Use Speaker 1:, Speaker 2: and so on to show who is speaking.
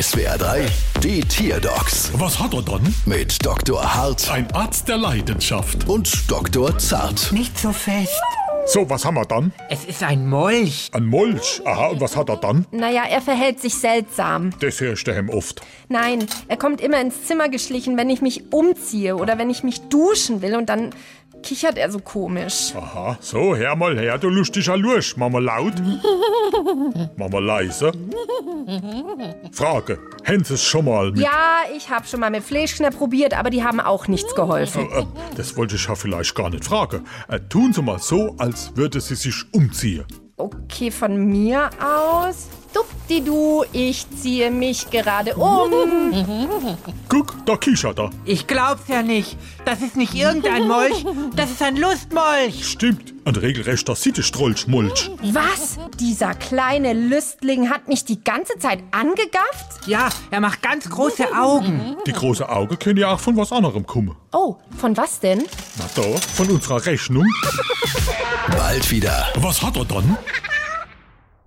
Speaker 1: SWR 3, die Tierdocs
Speaker 2: Was hat er dann?
Speaker 1: mit Dr. Hart
Speaker 2: Ein Arzt der Leidenschaft.
Speaker 1: und Dr. Zart.
Speaker 3: Nicht so fest.
Speaker 2: So, was haben wir dann?
Speaker 3: Es ist ein Molch.
Speaker 2: Ein Molch. Aha, und was hat er dann?
Speaker 4: Naja, er verhält sich seltsam.
Speaker 2: Das herrscht ihm oft.
Speaker 4: Nein, er kommt immer ins Zimmer geschlichen, wenn ich mich umziehe oder wenn ich mich duschen will und dann kichert er so komisch.
Speaker 2: Aha, so, hör mal her, du lustiger Lursch. Mach mal laut. Mach mal leise. Frage, haben Sie es schon mal mit...
Speaker 4: Ja, ich habe schon mal mit Fleischknepp probiert, aber die haben auch nichts geholfen.
Speaker 2: Äh, Das wollte ich ja vielleicht gar nicht fragen. Äh, tun Sie mal so, als würde sie sich umziehen.
Speaker 4: Okay, von mir aus. Duppdidu, ich ziehe mich gerade um.
Speaker 2: Guck, da kichert er.
Speaker 3: Ich glaub's ja nicht. Das ist nicht irgendein Molch, das ist ein Lustmolch.
Speaker 2: Stimmt, ein regelrechter Sittestrollschmulch.
Speaker 4: Was? Dieser kleine Lüstling hat mich die ganze Zeit angegafft?
Speaker 3: Ja, er macht ganz große Augen.
Speaker 2: Die große Augen können ja auch von was anderem kommen.
Speaker 4: Oh, von was denn?
Speaker 2: Na da, von unserer Rechnung.
Speaker 1: Bald wieder.
Speaker 2: Was hat er dann?